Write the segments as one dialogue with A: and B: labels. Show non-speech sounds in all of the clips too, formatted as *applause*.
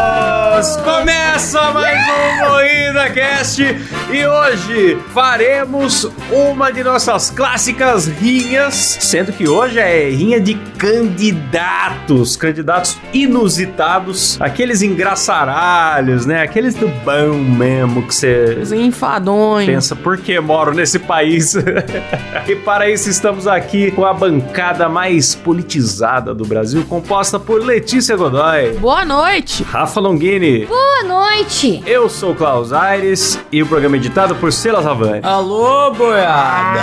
A: amigos! Começa mais um Moída Cast e hoje faremos uma de nossas clássicas rinhas, sendo que hoje é rinha de candidatos, candidatos inusitados, aqueles engraçaralhos, né? Aqueles do bom mesmo que você
B: Coisa enfadonha.
A: Pensa, por que moro nesse país? *laughs* e para isso estamos aqui com a bancada mais politizada do Brasil, composta por Letícia Godoy,
B: Boa noite.
A: Rafa Longini,
C: Boa noite!
A: eu sou o Klaus Aires e o programa é editado por Silas Havani.
D: Ah. Alô, boiada!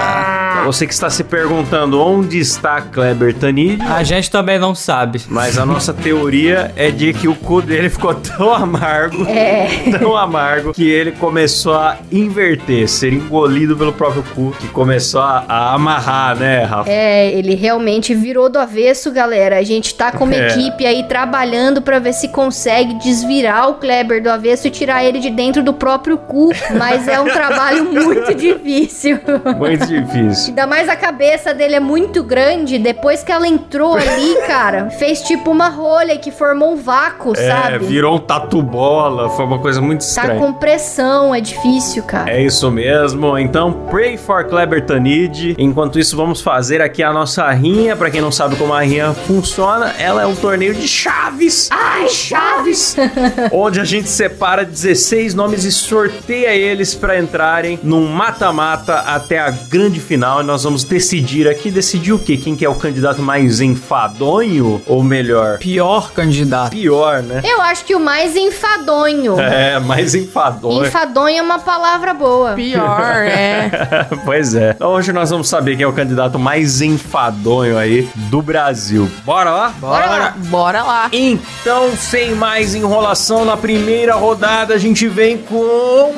A: Pra Você que está se perguntando onde está Kleber Tanid,
D: A gente também não sabe.
A: mas a nossa teoria é de que o cu dele ficou tão amargo,
C: É.
A: tão amargo, que ele começou a inverter, ser engolido pelo próprio cu, que começou a, a amarrar, né, Rafa?
C: É, ele realmente virou do avesso, galera. A gente tá com uma
A: É.
C: equipe aí trabalhando pra ver se consegue desvirar o Kleber do avesso e tirar ele de dentro do próprio cu. Mas é um trabalho
A: *laughs*
C: muito difícil.
A: Muito difícil.
C: Ainda mais a cabeça dele é muito grande. Depois que ela entrou ali, cara, fez tipo uma rolha que formou um vácuo,
A: É,
C: sabe?
A: virou um tatu bola, foi uma coisa muito
C: Tá
A: estranha.
C: com pressão, é difícil, cara.
A: É isso mesmo. Então, pray for Kleber Tanid. Enquanto isso, vamos fazer aqui a nossa rinha. Pra quem não sabe como a rinha funciona, ela é um torneio de chaves. Ai, chaves! *laughs* onde a gente separa 16 nomes e sorteia eles pra entrarem num mata-mata até a grande final. E nós vamos decidir aqui, decidir o quê? Quem que é o candidato mais enfadonho ou melhor,
D: Pior candidato.
A: pior, né?
C: Eu acho que o mais enfadonho.
A: É, mais enfadonho.
C: Enfadonho é uma palavra boa.
B: Pior, é.
A: *laughs* pois é. Então hoje nós vamos saber quem é o candidato mais enfadonho aí do Brasil. Bora lá?
B: Bora, bora lá.
A: Então, sem mais enrolação, na primeira rodada a gente vem com.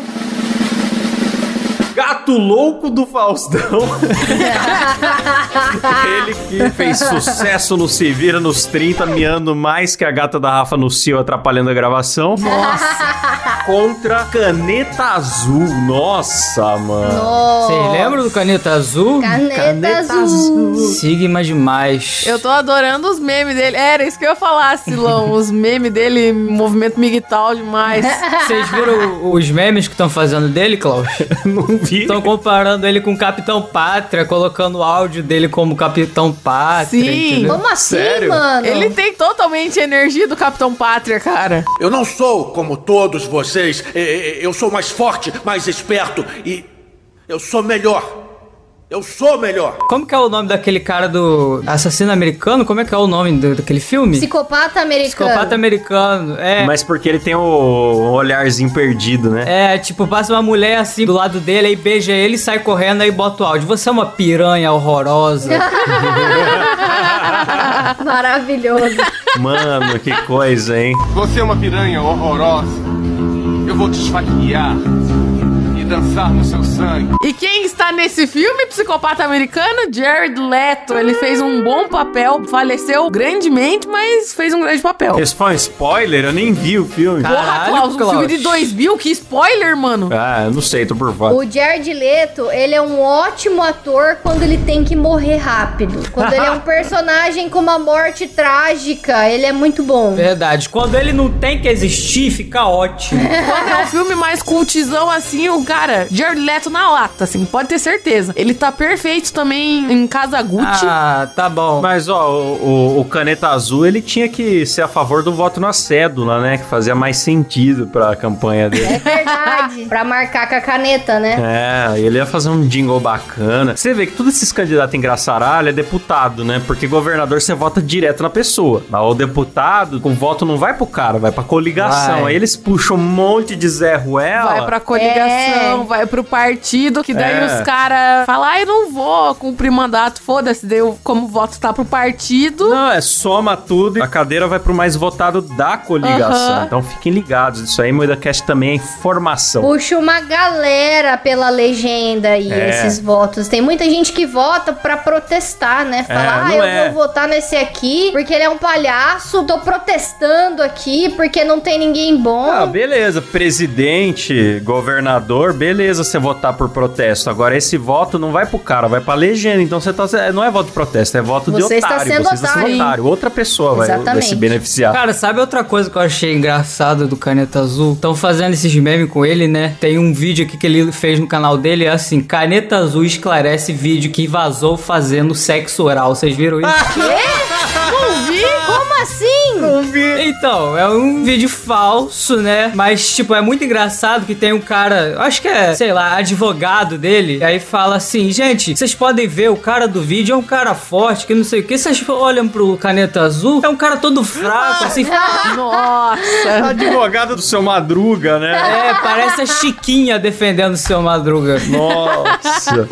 A: Gato Louco do
C: *laughs*
A: Faustão. Ele que fez sucesso no Se Vira nos 30, miando mais que a gata da Rafa no Cio atrapalhando a gravação.
B: Nossa.
A: Contra Caneta Azul. Nossa, mano.
C: Nossa.
D: Vocês lembram do caneta azul?
C: Caneta, azul.
A: *laughs*
D: Sigma demais.
B: Eu tô adorando os memes dele. Era isso que eu ia falar, Silão. Os memes dele, movimento migtal demais.
D: Vocês viram o- os memes que estão fazendo dele, Klaus?
A: Não vi.
C: Então,
D: Estão comparando ele com o Capitão Pátria, colocando o áudio dele como Capitão Pátria.
B: Sim.
D: entendeu?
C: Como assim,
A: Sério?
C: mano?
B: Ele tem totalmente a energia do Capitão Pátria, cara.
E: Eu não sou como todos vocês. E- e- Eu sou mais forte, mais esperto e eu sou melhor. Eu sou melhor.
D: Como que é o nome daquele cara do assassino americano? Como é que é o nome do- daquele filme?
C: Psicopata americano.
D: Psicopata americano. É.
A: Mas porque ele tem o olharzinho perdido, né?
D: É, tipo, passa uma mulher assim do lado dele, aí beija ele, sai correndo, aí bota o áudio. Você é uma piranha horrorosa.
C: Maravilhoso.
A: Mano, que coisa, hein?
F: Você é uma piranha horrorosa. Eu vou te esfaquear e dançar no seu sangue.
B: E quem está nesse filme, Psicopata Americano? Jared Leto. Ele fez um bom papel, faleceu grandemente, mas fez um grande papel.
A: Esse foi um spoiler? Eu nem vi o filme.
D: Cara.
B: Porra,
D: Caralho,
B: Klaus, um
D: Klaus. É.
B: filme de 2000, que spoiler, mano.
A: Ah, eu não sei, tô por fora.
C: o Jared Leto, ele é um ótimo ator quando ele tem que morrer rápido. Quando ele é um personagem com uma morte trágica, ele é muito bom.
D: Verdade. Quando ele não tem que existir, fica ótimo.
B: Quando é um filme mais cultizão assim, o cara, Jared Leto na lata, assim, pode ter certeza. Ele tá perfeito também em Casa Gucci.
D: ah, tá bom.
A: Mas, ó, o, o- o Caneta Azul, ele tinha que ser a favor do voto na cédula, né? Que fazia mais sentido pra campanha
C: *laughs*
A: dele.
C: É verdade. pra marcar com a caneta, né?
A: É, ele ia fazer um jingle bacana. Você vê que todos esses candidatos engraçaralho é deputado, né? Porque governador você vota direto na pessoa. Mas o deputado, o voto não vai pro cara, vai pra coligação.
D: Vai.
A: Aí eles puxam um monte de Zé Ruela.
B: Vai pra coligação, vai pro partido, que daí
A: É.
B: os caras falam, ai, não vou cumprir mandato, foda-se, daí eu- como o voto tá pro partido.
A: Não, é soma tudo e a cadeira vai pro mais votado da coligação.
B: Aham.
A: Então fiquem ligados. Isso aí, MoedaCast também é informação.
C: Puxa uma galera pela legenda e
A: É.
C: esses votos. Tem muita gente que vota pra protestar, né? Falar, ah,
A: não
C: eu
A: é."
C: vou votar nesse aqui porque ele é um palhaço, tô protestando aqui porque não tem ninguém bom.
A: Ah, beleza. Presidente, governador, beleza você votar por protesto. Agora, esse voto não vai pro cara, vai pra legenda. Então, você tá, não é voto de protesto, é voto de
C: Você está
A: otário.
C: sendo
A: você está sendo
C: otário.
A: otário. Outra pessoa vai- vai
C: Exatamente.
A: se beneficiar.
D: Cara, sabe outra coisa que eu achei engraçada do Caneta Azul? Estão fazendo esses memes com ele, né? Tem um vídeo aqui que ele fez no canal dele, é assim, Caneta Azul esclarece vídeo que vazou fazendo sexo oral. Vocês viram isso?
B: Não vi!
C: Como assim?
D: então, é um vídeo falso, né? Mas, tipo, é muito engraçado que tem um cara, eu acho que é, sei lá, advogado dele, aí fala assim, gente, vocês podem ver, o cara do vídeo é um cara forte, que não sei o que, vocês olham pro Caneta Azul, é um cara todo fraco, assim,
B: Ah, Nossa!
A: Advogado do seu Madruga, né?
D: É, parece a Chiquinha defendendo o seu Madruga.
A: *laughs* Nossa.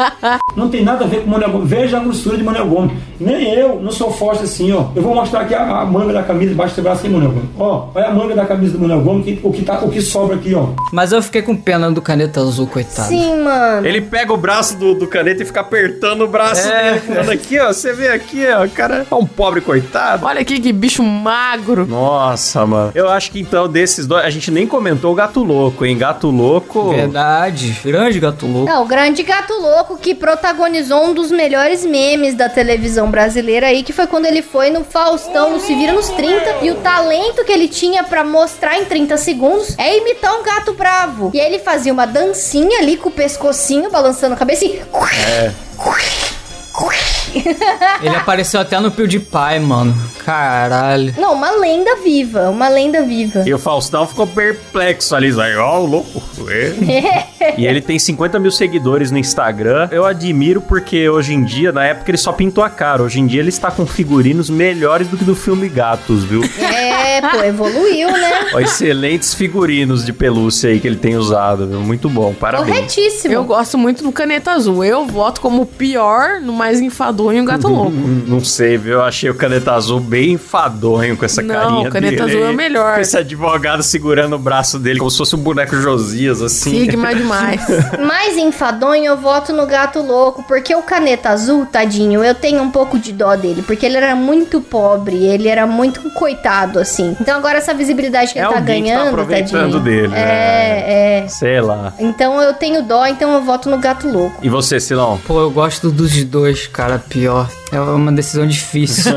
G: Não tem nada a ver com Manuel Gomes. Veja a grossura de Manuel Gomes. Nem eu, não sou forte assim, ó. Eu vou mostrar aqui a, a manga da camisa debaixo do braço, hein, Manuel Gomes. Ó, olha a manga da camisa do Manuel Gomes, que- o, que tá, o que sobra aqui, ó.
D: Mas eu fiquei com pena do caneta azul, coitado.
C: Sim, assim, mano.
A: Ele pega o braço do, do caneta e fica apertando o braço
D: É.
A: dele, falando aqui, ó. Você vê aqui, ó. O cara é um pobre coitado.
B: Olha aqui que bicho magro.
A: Nossa, mano. Eu acho que então desses dois. A gente nem comentou o gato louco, hein? Gato louco.
D: Verdade. Grande gato louco.
C: Não, o grande gato louco que protagonizou um dos melhores memes da televisão brasileira aí, que foi quando ele foi no Faustão, no Se Vira nos 30, e o talento que ele tinha pra mostrar em 30 segundos é imitar um gato bravo. E aí ele fazia uma dancinha ali com o pescocinho, balançando a cabeça e...
D: Ele apareceu até no PewDiePie, mano. Caralho.
C: Não, uma lenda viva, uma
A: *laughs*
C: lenda viva.
A: E o Faustão ficou perplexo ali, vai, ó, o louco. é. e ele tem 50 mil seguidores no Instagram. Eu admiro porque hoje em dia, na época, ele só pintou a cara. Hoje em dia ele está com figurinos melhores do que do filme Gatos, viu?
C: É, pô, evoluiu, né?
A: Ó, excelentes figurinos de pelúcia aí que ele tem usado, viu? Muito bom, parabéns.
C: Corretíssimo.
B: Eu gosto muito do caneta azul. Eu voto como o pior, no mais enfadonho, o gato louco.
A: Hum, Não sei, viu? Eu achei o caneta azul bem enfadonho com essa
B: Não,
A: carinha
B: o Caneta
A: dele
B: Azul é
A: aí.
B: o melhor.
A: Com esse advogado segurando o braço dele, como se fosse um boneco Josias, assim.
B: Sigma
A: *laughs*
B: demais.
C: Mais enfadonho, eu voto no gato louco, porque o caneta azul, tadinho, eu tenho um pouco de dó dele, porque ele era muito pobre, ele era muito um coitado, assim. Então agora essa visibilidade que
A: É
C: ele tá
A: alguém que tá
C: ganhando,
A: aproveitando
C: tadinho.
A: dele, né?
C: é, é.
A: Sei lá.
C: Então eu tenho dó, então eu voto no gato louco.
A: E você, Silão?
D: Pô, eu gosto dos dois, cara. Pior. É uma decisão difícil.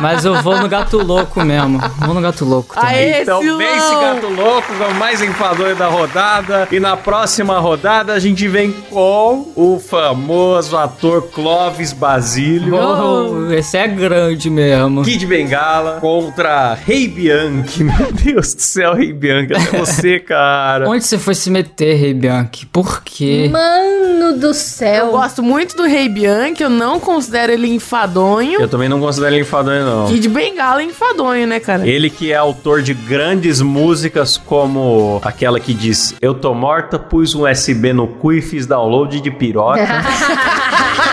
D: Mas eu vou no gato louco mesmo. Vou no gato louco também.
B: Aê,
A: Então
B: Silão!
A: vem esse gato louco, que é o mais enfadonho da rodada. E na próxima rodada a gente vem com o famoso ator Clóvis Basílio.
D: Oh, esse é grande mesmo.
A: Kid Bengala contra Rei Bianchi. *laughs* Meu Deus do céu, Rei Bianchi. Até você, cara.
D: Onde você foi se meter, Rei Bianchi? Por quê?
C: Mano do
B: Eu
C: céu.
B: gosto muito do Rei Bianchi, eu não considero ele enfadonho.
A: Eu também não considero ele enfadonho, não.
B: E de bengala é enfadonho, né, cara?
A: Ele que é autor de grandes músicas como aquela que diz Eu tô morta, pus um USB no cu e fiz download de piroca.
C: *laughs*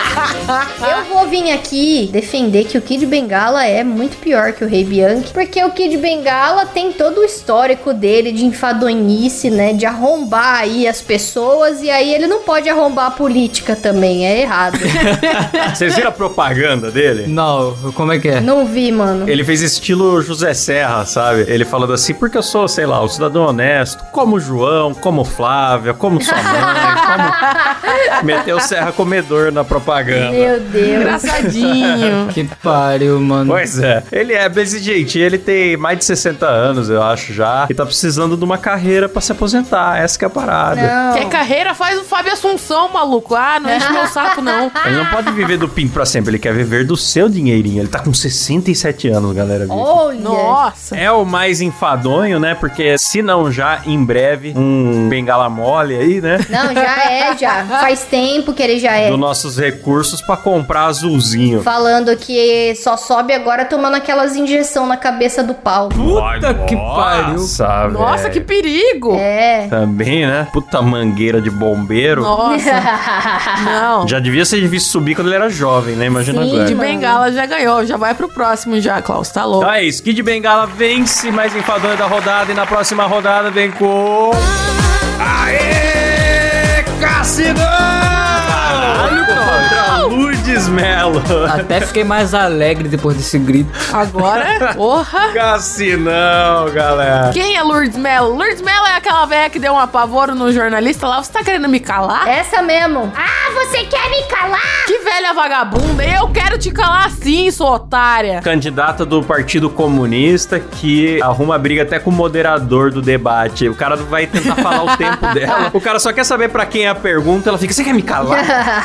C: Eu vou vir aqui defender que o Kid Bengala é muito pior que o Rei Bianchi, porque o Kid Bengala tem todo o histórico dele de enfadonhice, né? De arrombar aí as pessoas, e aí ele não pode arrombar a política também, é errado.
A: Vocês viram a propaganda dele?
D: Não, como é que é?
C: não vi, mano.
A: Ele fez estilo José Serra, sabe? Ele falando assim, porque eu sou, sei lá, um cidadão honesto, como o João, como Flávia, como sua mãe,
C: *laughs*
A: como... Meteu Serra comedor na propaganda.
C: Meu
A: *laughs*
C: Deus.
B: Engraçadinho.
D: Que pariu, mano.
A: Pois é, ele é desse jeitinho, ele tem mais de 60 anos, eu acho, já, e tá precisando de uma carreira pra se aposentar, essa que é a parada.
C: Não.
B: Quer carreira? Faz o Fábio Assunção, maluco. Ah, não enche meu saco,
C: *laughs*
B: não.
A: Ele não pode viver do PIN pra sempre, ele quer viver do seu dinheirinho. Ele tá com 67 anos, galera. bicho.
C: Olha.
B: Nossa.
A: É o mais enfadonho, né? Porque se não já, em breve, um bengala mole aí, né?
C: Não, já é, já. Faz tempo que ele já é.
A: dos nossos recursos pra comprar azulzinho.
C: Falando que só sobe agora tomando aquelas injeção na cabeça do pau.
D: Puta que pariu.
A: Nossa,
B: Nossa, que
A: velho.
B: perigo.
C: É.
A: Também, né? Puta mangueira de bombeiro.
C: *laughs*
B: Nossa, não.
A: Já devia ser difícil subir quando ele era jovem, né? Imagina
C: Sim.
A: agora.
B: De
C: mano.
B: bengala já ganhou. Já vai pro próximo já, Klaus. Tá louco.
A: Então é isso, Kid Bengala vence mais enfadonho da rodada e na próxima rodada vem com. Aê, Cassidão! Caralho, contra Lourdes Melo.
D: Até fiquei mais alegre depois desse grito.
A: *laughs*
B: Agora, porra.
A: Cassinão, galera.
B: Quem é Lourdes Mello? Lourdes Mello é aquela velha que deu um apavoro no jornalista lá. Você tá querendo me calar?
C: Essa mesmo. Ah, você quer me calar?
B: Que velha vagabunda. Eu quero te calar sim, sua otária.
A: Candidata do Partido Comunista que arruma briga até com o moderador do debate. O cara não vai tentar falar o *laughs* tempo dela. O cara só quer saber pra quem é a pergunta. Ela fica: Você quer me calar?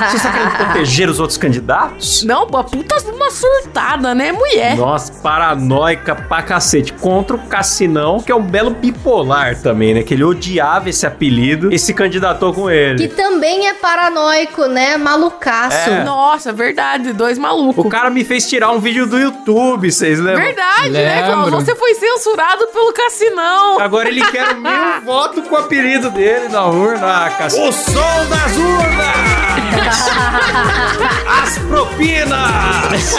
A: Você está querendo proteger os outros candidatos?
B: Não, uma puta uma surtada, né, mulher?
A: Nossa, paranoica pra cacete. Contra o Cassinão, que é um belo bipolar também, né? Que ele odiava esse apelido e se candidatou com
C: Que
A: ele.
C: também é paranoico, né? Malucaço.
A: É.
B: Nossa, verdade. Dois malucos.
A: O cara me fez tirar um vídeo do YouTube, vocês lembram?
B: Verdade, né, Klaus?
D: Lembro.
B: Você foi censurado
A: *laughs*
B: pelo Cassinão.
A: Agora ele quer o
B: *laughs*
A: meu voto com o apelido dele na urna, ah, cacete. O som das urnas! *laughs* As propinas!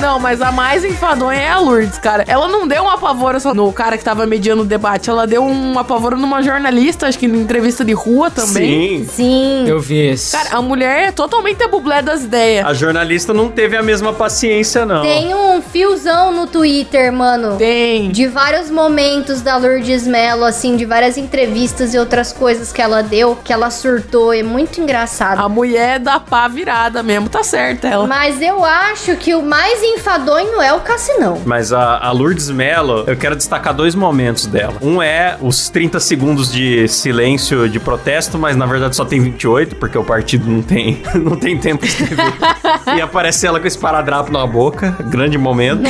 B: Não, mas a mais enfadonha é a Lourdes, cara. Ela não deu um apavoro só no cara que tava mediando o debate. Ela deu um apavoro numa jornalista, acho que em entrevista de rua também.
A: Sim.
C: Sim.
D: Eu vi esse.
B: Cara, a mulher é totalmente a bublé das ideias.
A: A jornalista não teve a mesma paciência, não.
C: Tem um fiozão no Twitter, mano.
B: Tem.
C: De vários momentos da Lourdes Mello, assim, de várias entrevistas e outras coisas que ela deu, que ela surtou. É muito engraçado.
B: A mulher é da pá virada mesmo, tá certa ela.
C: Mas eu acho que o mais enfadonho é o Cassinão.
A: Mas a, a Lourdes Mello, eu quero destacar dois momentos dela. Um é os 30 segundos de silêncio de protesto, mas na verdade só tem 28, porque o partido não tem, *laughs* não tem tempo de escrever. e aparece ela com esse paradrapo na boca. Grande momento.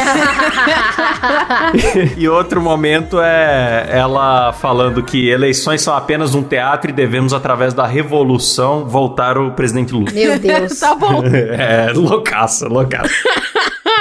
A: e outro momento é ela falando que eleições são apenas um teatro e devemos, através da revolução, voltar o presidente Lula.
B: *laughs*
C: Meu Deus.
B: tá bom.
A: *laughs* É, loucaça, loucaça.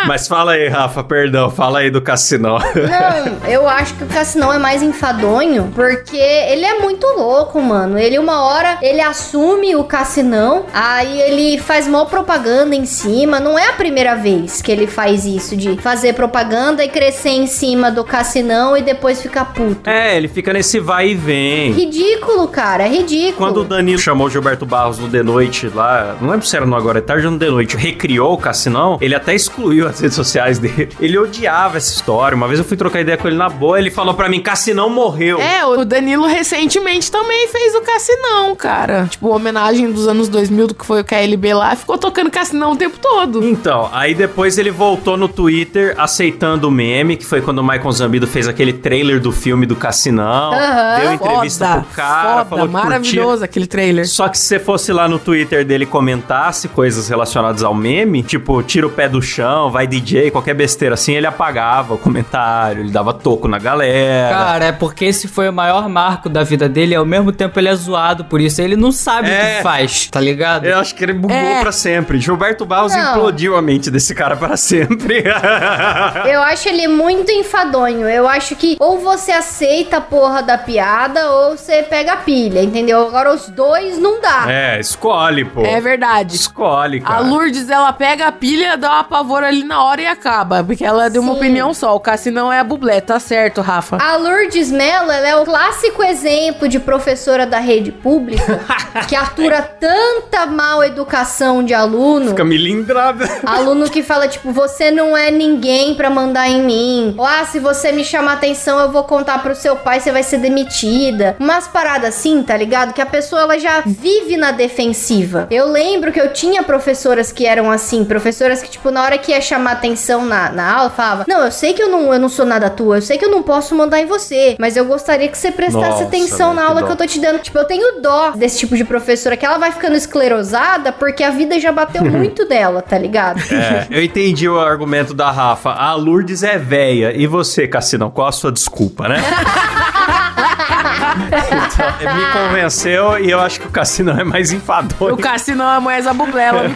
A: Mas fala aí, Rafa, perdão, fala aí do Cassinão.
C: Não, eu acho que o Cassinão é mais enfadonho, porque ele é muito louco, mano. Ele, uma hora, ele assume o Cassinão, aí ele faz mó propaganda em cima. Não é a primeira vez que ele faz isso, de fazer propaganda e crescer em cima do Cassinão e depois ficar puto.
A: É, ele fica nesse vai e vem.
C: Ridículo, cara, é ridículo.
A: Quando o Danilo chamou o Gilberto Barros no The Noite lá, não lembro se era no Agora é Tarde ou no The Noite, recriou o Cassinão, ele até excluiu as redes sociais dele. Ele odiava essa história. Uma vez eu fui trocar ideia com ele na boa, ele falou pra mim: Cassinão morreu.
B: É, o Danilo recentemente também fez o Cassinão, cara. Tipo, homenagem dos anos 2000, do que foi o KLB lá, ficou tocando Cassinão o tempo todo.
A: Então, aí depois ele voltou no Twitter aceitando o meme, que foi quando o Michael Zambido fez aquele trailer do filme do Cassinão.
C: Aham.
A: Deu entrevista
B: foda,
A: pro cara,
B: foda,
A: falou que curtia.
B: maravilhoso aquele trailer.
A: Só que se você fosse lá no Twitter dele e comentasse coisas relacionadas ao meme, tipo, tira o pé do chão, vai DJ, qualquer besteira assim, ele apagava o comentário, ele dava toco na galera.
D: Cara, é porque esse foi o maior marco da vida dele. e Ao mesmo tempo, ele é zoado por isso. Ele não sabe o
A: É.
D: que faz, tá ligado?
A: Eu acho que ele bugou
B: É.
A: pra sempre. Gilberto Barros
C: Não.
A: implodiu a mente desse cara para sempre. *laughs*
C: Eu acho ele muito enfadonho. Eu acho que ou você aceita a porra da piada ou você pega a pilha, entendeu? Agora os dois não dá.
A: é, escolhe, pô.
B: É verdade.
A: Escolhe, cara.
B: A Lourdes, ela pega a pilha, dá um apavoro ali na hora e acaba. Porque ela deu uma
C: Sim. Ah.
B: opinião só. O Cassinão é a bublé, tá certo, Rafa.
C: A Lourdes Mello, ela é o clássico exemplo de professora da rede pública que atura tanta mal educação de aluno.
A: Fica milindrada.
C: Aluno que fala, tipo, você não é ninguém pra mandar em mim. Ou, ah, se você me chamar atenção, eu vou contar pro seu pai, você vai ser demitida. Umas paradas assim, tá ligado? Que a pessoa, ela já vive na defensiva. Eu lembro que eu tinha professoras que eram assim, professoras que, tipo, na hora que ia chamar atenção na, na aula, falava, não, eu sei que eu não, eu não sou nada tua, eu sei que eu não posso mandar em você, mas eu gostaria que você prestasse
A: Nossa,
C: atenção
A: velho,
C: na
A: que
C: aula
A: dó.
C: que eu tô te dando. Tipo, eu tenho dó desse tipo de professora, que ela vai ficando esclerosada porque a vida já bateu
A: *laughs*
C: muito dela, tá ligado?
A: É, eu entendi o argumento da Rafa. A Lourdes é véia. E você, Cassinão, qual a sua desculpa, né? Então, me convenceu e eu acho que o Cassinão é mais enfadonho.
B: O Cassinão é mais a bublé, ela me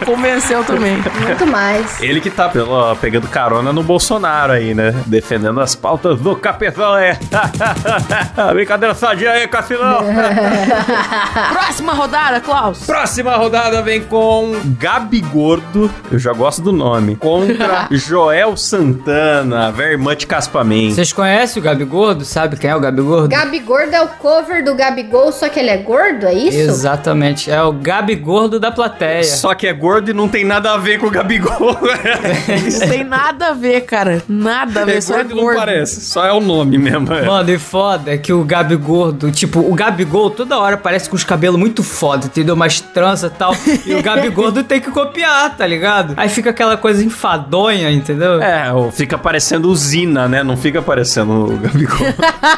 C: *laughs*
B: convenceu também.
C: Muito mais.
A: Ele que tá pelo- pegando carona no Bolsonaro aí, né? Defendendo as pautas do capetão, *laughs* é. Brincadeira sadia aí, Cassinão.
C: Tá.
B: Próxima rodada, Klaus.
A: Próxima rodada vem com Gabi Gordo, eu já gosto do nome, contra Joel Santana, Vermante Caspamente.
D: Vocês conhecem o Gabi Gordo? Sabe quem é o Gabi Gordo?
C: Gabi Gordo é o cover do Gabigol, só que ele é gordo, é isso?
D: Exatamente. É o Gabi Gordo da plateia.
A: Só que é gordo e não tem nada a ver com o Gabigol. *laughs*
B: Não tem nada a ver, cara. Nada a ver,
A: é
B: só é
A: gordo e não
B: gordo.
A: parece. Só é o nome mesmo. é.
D: Mano, e foda é que o Gabi Gordo, tipo, o Gabigol toda hora parece com os cabelos muito foda, entendeu? Umas tranças e tal. E o *laughs* Gabi Gordo tem que copiar, tá ligado? Aí fica aquela coisa enfadonha, entendeu?
A: É, o- fica parecendo o Zina, né? Não fica parecendo o Gabigol.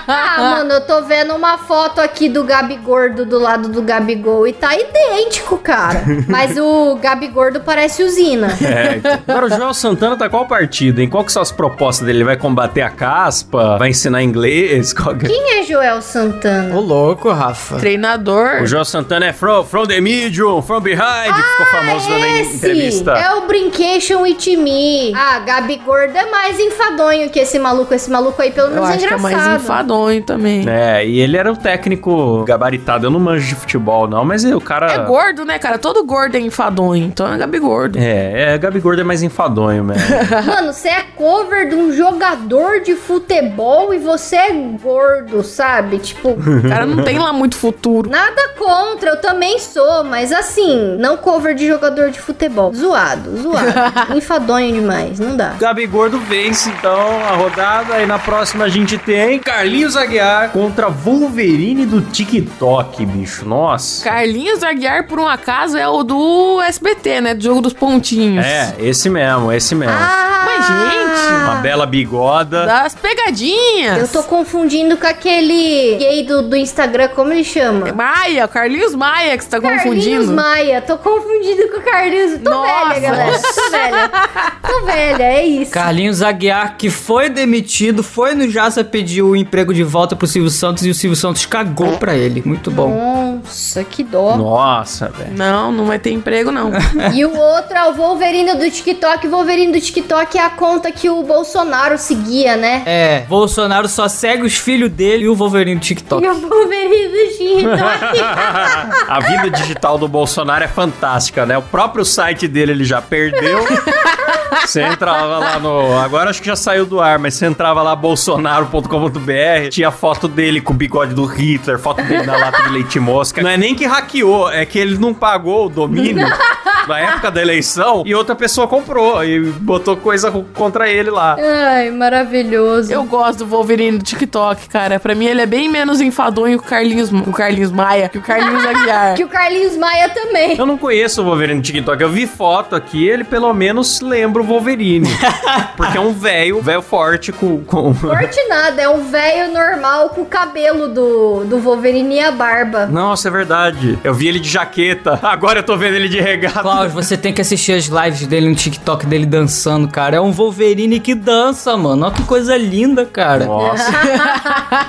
C: Ah, mano, eu tô vendo uma foto aqui do Gabi Gordo do lado do Gabigol e tá idêntico,
A: *laughs*
C: cara. Mas o Gabi Gordo parece usina.
A: *laughs* É, então. Agora, o Joel Santana tá qual partido, hein? Qual que são as propostas dele? Ele vai combater a caspa? Vai ensinar inglês? *laughs* Qual que-
C: Quem é Joel Santana?
D: Ô louco, Rafa.
A: O
B: Treinador.
A: Joel Santana é from, from the medium, from behind. Ficou famoso também na
C: Esse
A: entrevista.
C: é o Brincation It Me. Ah, Gabi Gordo é mais enfadonho que esse maluco. Esse maluco aí, pelo
B: Eu
C: menos, é
B: acho que é
C: engraçado.
B: mais enfadonho também. É.
A: É, e ele era um técnico gabaritado. Eu não manjo de futebol, não, mas é o cara.
B: gordo, né, cara? Todo gordo é enfadonho, então é Gabi Gordo.
A: É, é, Gabi Gordo é mais enfadonho, mesmo.
C: Mano, você é cover de um jogador de futebol e você é gordo, sabe? Tipo,
B: O cara não tem lá muito futuro.
C: nada contra, eu também sou, mas assim, não cover de jogador de futebol. Zoado,
B: *laughs*
C: zoado. Enfadonho demais, não dá.
A: Gabi Gordo vence, então, a rodada. E na próxima a gente tem Carlinhos Aguiar contra Wolverine do TikTok, bicho. Nossa.
B: Carlinhos Aguiar, por um acaso, é o do SBT, né? Do jogo dos pontinhos.
A: É, esse mesmo, esse mesmo.
C: Ah,
B: Mas, gente,
A: Uma bela bigoda.
B: Das pegadinhas.
C: Eu tô confundindo com aquele gay do, do Instagram, como ele chama?
B: É Maia, Carlinhos Maia, que você tá
C: Carlinhos
B: confundindo.
C: Maia. Tô confundindo com o Carlinhos. Tô
B: Nossa.
C: velha, galera. Tô velha. Tô velha, é isso.
D: Carlinhos Aguiar, que foi demitido, foi no Jaça pedir o emprego de volta pro Silvio Santos e o Silvio Santos cagou pra ele. Muito bom.
C: Nossa, que dó.
A: Nossa, velho.
B: Não, não vai ter
C: *laughs*
B: emprego, não.
C: E o outro é o Wolverine do TikTok. O Wolverine do TikTok é a conta que o Bolsonaro seguia, né?
D: É, Bolsonaro só segue os filhos dele e o Wolverine do TikTok.
C: E o Wolverine do
B: *laughs*
C: TikTok.
A: *laughs* A vida digital do Bolsonaro é fantástica, né? O próprio site dele ele já perdeu. Você entrava lá no. Agora acho que já saiu do ar, mas você entrava lá bolsonaro.com.br, tinha foto dele com o bigode do Hitler, foto dele na lata de leite mosca. Não é nem que hackeou, é que ele não pagou o *laughs* domínio na época da eleição e outra pessoa comprou e botou coisa contra ele lá.
C: Ai, maravilhoso.
B: Eu gosto do Wolverine do TikTok, cara. Pra mim, ele é bem menos enfadonho que o Carlinhos, o Carlinhos Maia, que
C: *laughs*
B: o Carlinhos Aguiar.
C: Que o Carlinhos Maia também.
A: Eu não conheço o Wolverine no TikTok. Eu vi foto aqui, ele pelo menos lembra o Wolverine.
C: *laughs*
A: porque é um velho, velho forte com. com... *laughs*
C: Forte nada, é um velho normal com o cabelo do, do Wolverine e a barba.
A: Nossa, é verdade. Eu vi ele de jaqueta. Agora eu tô vendo ele de regata.
D: Cláudio, você tem que assistir as lives dele no TikTok dele dançando, cara. É um Wolverine que dança, mano. Olha que coisa linda, cara.
A: Nossa,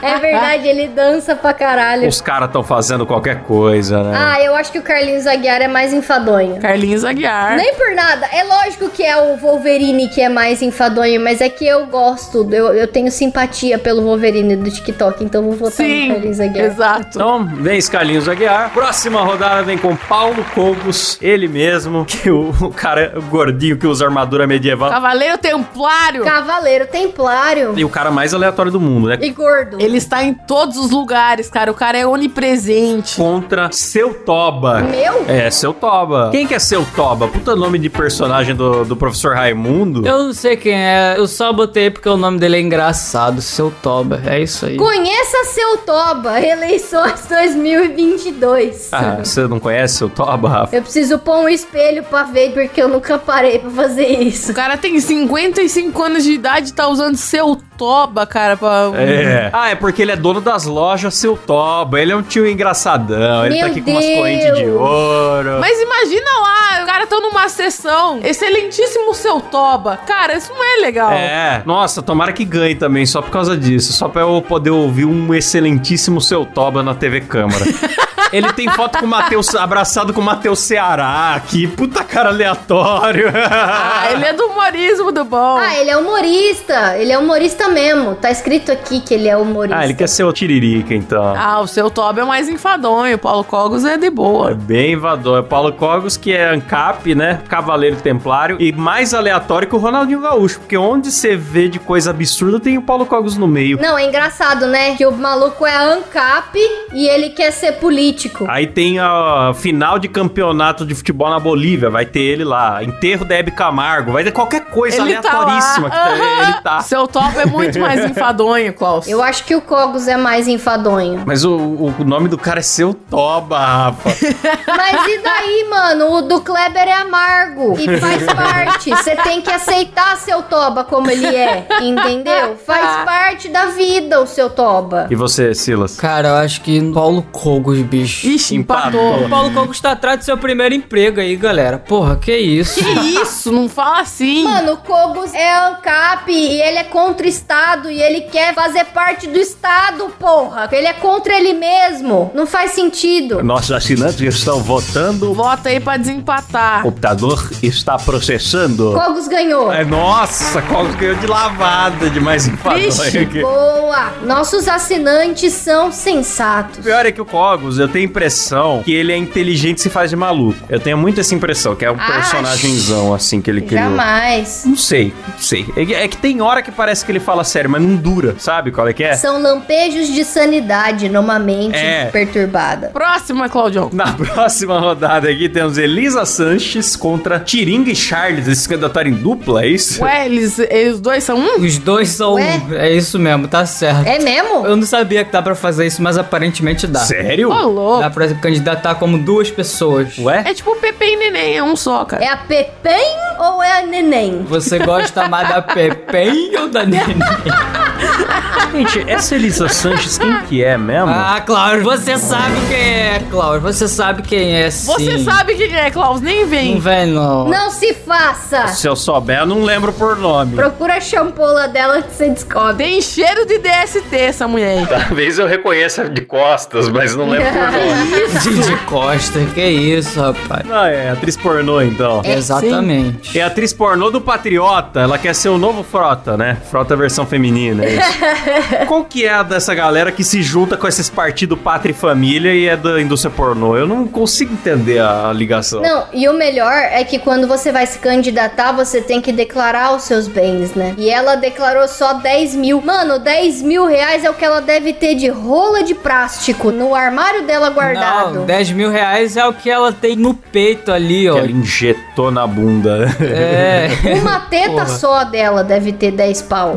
C: É verdade, ele dança pra caralho.
A: os caras tão fazendo qualquer coisa, né?
C: Ah, eu acho que o Carlinhos Aguiar é mais enfadonho.
B: Carlinhos Aguiar.
C: Nem por nada. É lógico que é o Wolverine que é mais enfadonho, mas é que eu gosto. Eu, eu tenho simpatia pelo Wolverine do TikTok, então vou votar no
B: Sim,
C: Carlinhos Aguiar.
B: exato.
A: Então, vem Carlinhos Aguiar. Próxima rodada vem com Paulo Cobos, ele mesmo, que o, o cara gordinho que usa armadura medieval.
B: Cavaleiro Templário.
C: Cavaleiro Templário
A: E o cara mais aleatório do mundo, né?
C: e gordo.
B: Ele está em todos os lugares, cara. O cara é onipresente.
A: Contra seu Toba.
C: Meu?
A: É, seu Toba. Quem que é seu Toba? Puta nome de personagem do, do professor Raimundo.
D: Eu não sei quem é, eu só botei porque o nome dele é engraçado, seu Toba. É isso aí.
C: Conheça seu Toba, eleições *laughs* 2022.
A: Ah, você não conhece seu Toba, Rafa?
C: Eu preciso pôr um espelho pra ver, porque eu nunca parei pra fazer isso.
B: O cara tem 55 anos de idade e tá usando seu toba, cara, pra...
A: É. Ah, é porque ele é dono das lojas, seu Toba. Ele é um tio engraçadão. Ele
C: Meu
A: tá aqui com umas
C: Deus.
A: correntes de ouro.
B: Mas imagina lá, o cara tá numa sessão. Excelentíssimo seu toba. Cara, isso não é legal.
A: É, nossa, tomara que ganhe também, *laughs* só por causa disso. Só pra eu poder ouvir um excelentíssimo seu Toba na TV Câmara. Ele tem foto com o Matheus, abraçado com o Matheus Ceará aqui. Puta cara aleatório.
B: Ah, ele é do humorismo do bom.
C: Ah, ele é humorista. Ele é humorista mesmo. Tá escrito aqui que ele é humorista.
A: *laughs* Ah, ele quer ser o Tiririca, então.
B: Ah, o seu Tob é mais enfadonho. O Paulo Cogos é de
A: É
B: boa.
A: bem vador. É Paulo Cogos, que é ANCAP, né? Cavaleiro Templário. E mais aleatório que o Ronaldinho Gaúcho. Porque onde você vê de coisa absurda, tem o Paulo Cogos no meio.
C: Não, é engraçado, né? Que o maluco é ANCAP e ele quer ser político.
A: Aí tem a final de campeonato de futebol na Bolívia, vai ter ele lá. Enterro da Hebe Camargo, vai ter qualquer coisa
B: Ele tá
A: aleatoríssima
B: lá.
A: que tá- ele tá.
B: *laughs* Seu Tob é
A: *laughs*
B: muito mais enfadonho, Klaus.
C: Eu acho que o Cogos é mais enfadonho.
A: Mas o, o nome do cara é Seu Toba, Rafa.
C: Mas e daí, *laughs* mano? O do Kleber é amargo e faz parte. Você tem que aceitar seu Toba como ele é, entendeu? Faz parte da vida o seu Toba.
A: E você, Silas?
H: Cara, eu acho que Paulo Cogos, bicho.
B: Ixi,
A: Empatou.
B: empatou.
D: O Paulo Cogos tá atrás do seu primeiro emprego aí, galera. Porra, que isso?
B: Que isso? Não fala assim.
C: Mano, o Cogos é ANCAP e ele é contra o Estado e ele quer fazer parte do Estado, porra. Ele é contra ele mesmo. Não faz sentido.
A: Nossos assinantes estão votando,
B: Vota aí pra desempatar.
A: computador está processando.
C: Cogos ganhou.
A: É, nossa, Cogos ganhou de lavada de mais
B: Vixe.
A: enfadonho aqui.
C: Boa! Nossos assinantes são sensatos.
A: O pior é que o Cogos, eu tenho a impressão que ele é inteligente e se faz de maluco. Eu tenho muito essa impressão, que é um
C: Ah,
A: personagemzão, assim, que ele criou.
C: Jamais.
A: Não sei, não sei. É que, é que tem hora que parece que ele fala sério, mas não dura, sabe qual é que é?
C: São lampejos de sanidade numa mente
A: É.
C: perturbada.
B: Próxima, Claudião.
A: Na *laughs* próxima rodada aqui temos Elisa Sanches contra Tiringa e Charles, esse candidatório em dupla, é isso?
B: Ué, eles, eles dois são um?
D: Os dois são.
C: Ué?
D: um. É isso mesmo, tá certo.
C: É mesmo?
D: Eu não sabia que dá pra fazer isso, mas aparentemente dá.
A: Sério?
B: tá. Ô, louco.
D: Dá pra se candidatar como duas pessoas.
A: Ué?
B: É tipo Pepe e Neném, é um só, cara.
C: É a Pepem ou é a Neném?
D: Você gosta mais da Pepe ou da Neném?
A: Gente, *laughs* essa Elisa Sanches, quem que é mesmo?
D: Ah, Cláudio, você sabe quem é, Cláudio. Você sabe quem é, sim.
B: Você sabe quem é, Klaus, nem
D: Não
B: vem.
D: vem, não. *laughs*
C: Não se faça!
A: Se eu souber, eu não lembro por nome.
C: Procura a champola dela que você descobre.
B: Tem cheiro de DST essa mulher aí.
D: Tá.
A: Talvez eu reconheça de costas, mas não lembro
B: *laughs*
A: por nome.
D: De, de Costa, que isso, rapaz.
A: Ah, é, atriz pornô então.
B: É,
D: Exatamente.
A: É a atriz pornô do Patriota, ela quer ser o novo Frota, né? Frota versão feminina, é isso.
B: *laughs*
A: Qual que é a dessa galera que se junta com esses partidos Pátria e Família e é da indústria pornô? Eu não consigo entender a ligação.
C: Não, e o melhor é que quando você vai se candidatar, você tem que declarar os seus bens, né? E ela declarou só 10 mil. Mano, 10 mil reais é o que ela deve ter de rola de plástico no armário dela guardado.
D: Não, 10 mil reais é o que ela tem no peito ali, ó.
A: Que ela injetou na bunda. *laughs*
D: É.
C: Uma teta
D: Porra.
C: só dela deve ter 10 pau.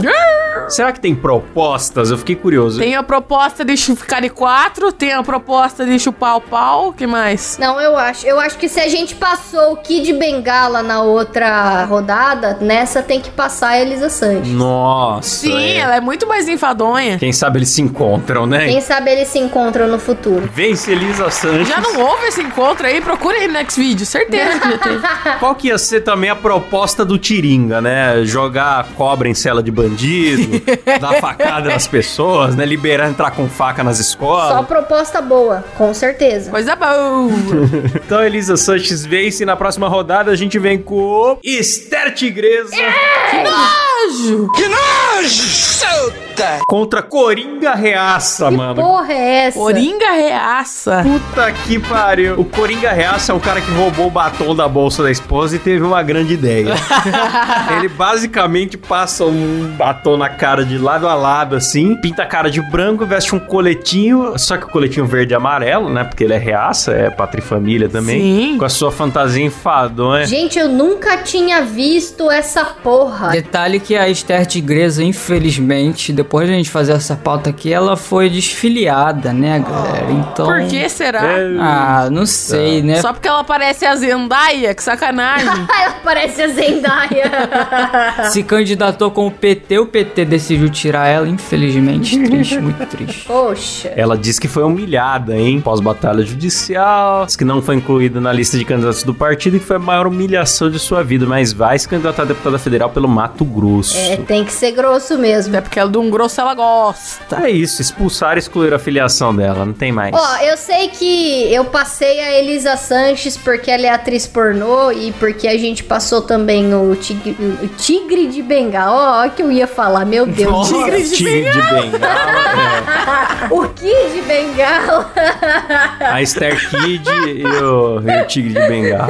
A: Será que tem propostas? Eu fiquei curioso.
B: Tem a proposta de chu- ficar de quatro, tem a proposta de chupar o pau, que mais?
C: Não, eu acho. Eu acho que se a gente passou o Kid Bengala na outra rodada, nessa tem que passar a Elisa Sanches.
A: Hum. Nossa.
B: Sim,
A: é.
B: ela é muito mais enfadonha.
A: Quem sabe eles se encontram, né?
C: Quem sabe eles se encontram no futuro.
A: Vence Elisa Sanches.
B: Já não houve esse encontro aí? Procura aí no next vídeo, certeza que já *laughs* teve.
A: Qual que ia ser também a proposta do Tiringa, né? Jogar cobra em cela de bandido, dar facada nas pessoas, né? Liberar entrar com faca nas
C: Só
A: escolas.
C: proposta boa, com certeza.
B: Coisa *laughs* boa.
A: Então Elisa Sanches vence e na próxima rodada a gente vem com Esther Tigresa
B: Anjo.
A: contra Coringa Reaça,
C: que
A: mano.
C: porra é essa?
B: Coringa reaça.
A: Puta que pariu. O Coringa Reaça é um cara que roubou o batom da bolsa da esposa e teve uma grande ideia. Ele basicamente passa um batom na cara de lado a lado, assim, pinta a cara de branco, veste um coletinho, só que o coletinho verde e amarelo, né? Porque ele é reaça, é pátria e família também.
B: Sim.
A: Com a sua fantasia enfadonha.
C: Gente, eu nunca tinha visto essa *laughs* porra.
D: Detalhe que a Esther Tigresa, infelizmente, depois de a gente fazer essa pauta aqui, ela foi desfiliada, né, galera? Então.
B: Por que será?
A: É,
D: Ah, não sei, né?
B: Só porque ela parece a Zendaya, que *laughs* sacanagem.
C: Ela parece a Zendaya.
D: Se candidatou com o PT, o PT decidiu tirar ela, infelizmente. Triste, muito triste.
C: Poxa.
A: Ela diz que foi humilhada, hein? Pós-batalha judicial. Diz que não foi incluída na lista de candidatos do partido e que foi a maior humilhação de sua vida. Mas vai se candidatar a deputada federal pelo Mato Grosso. grosso.
C: É, tem que ser grosso mesmo.
B: Até porque ela de um grosso ela gosta.
A: É isso, expulsar e excluir a filiação dela, não tem mais.
C: Ó, eu sei que eu passei a Elisa Sanches porque ela é atriz pornô e porque a gente passou também o Tigre, o tigre de Bengala. Ó, ó que eu ia falar, meu Deus. Tigre de-
A: Tigre de Bengala.
C: o Kid de Bengala. *laughs*
A: é. A Esther Kid e o, e o Tigre de Bengala.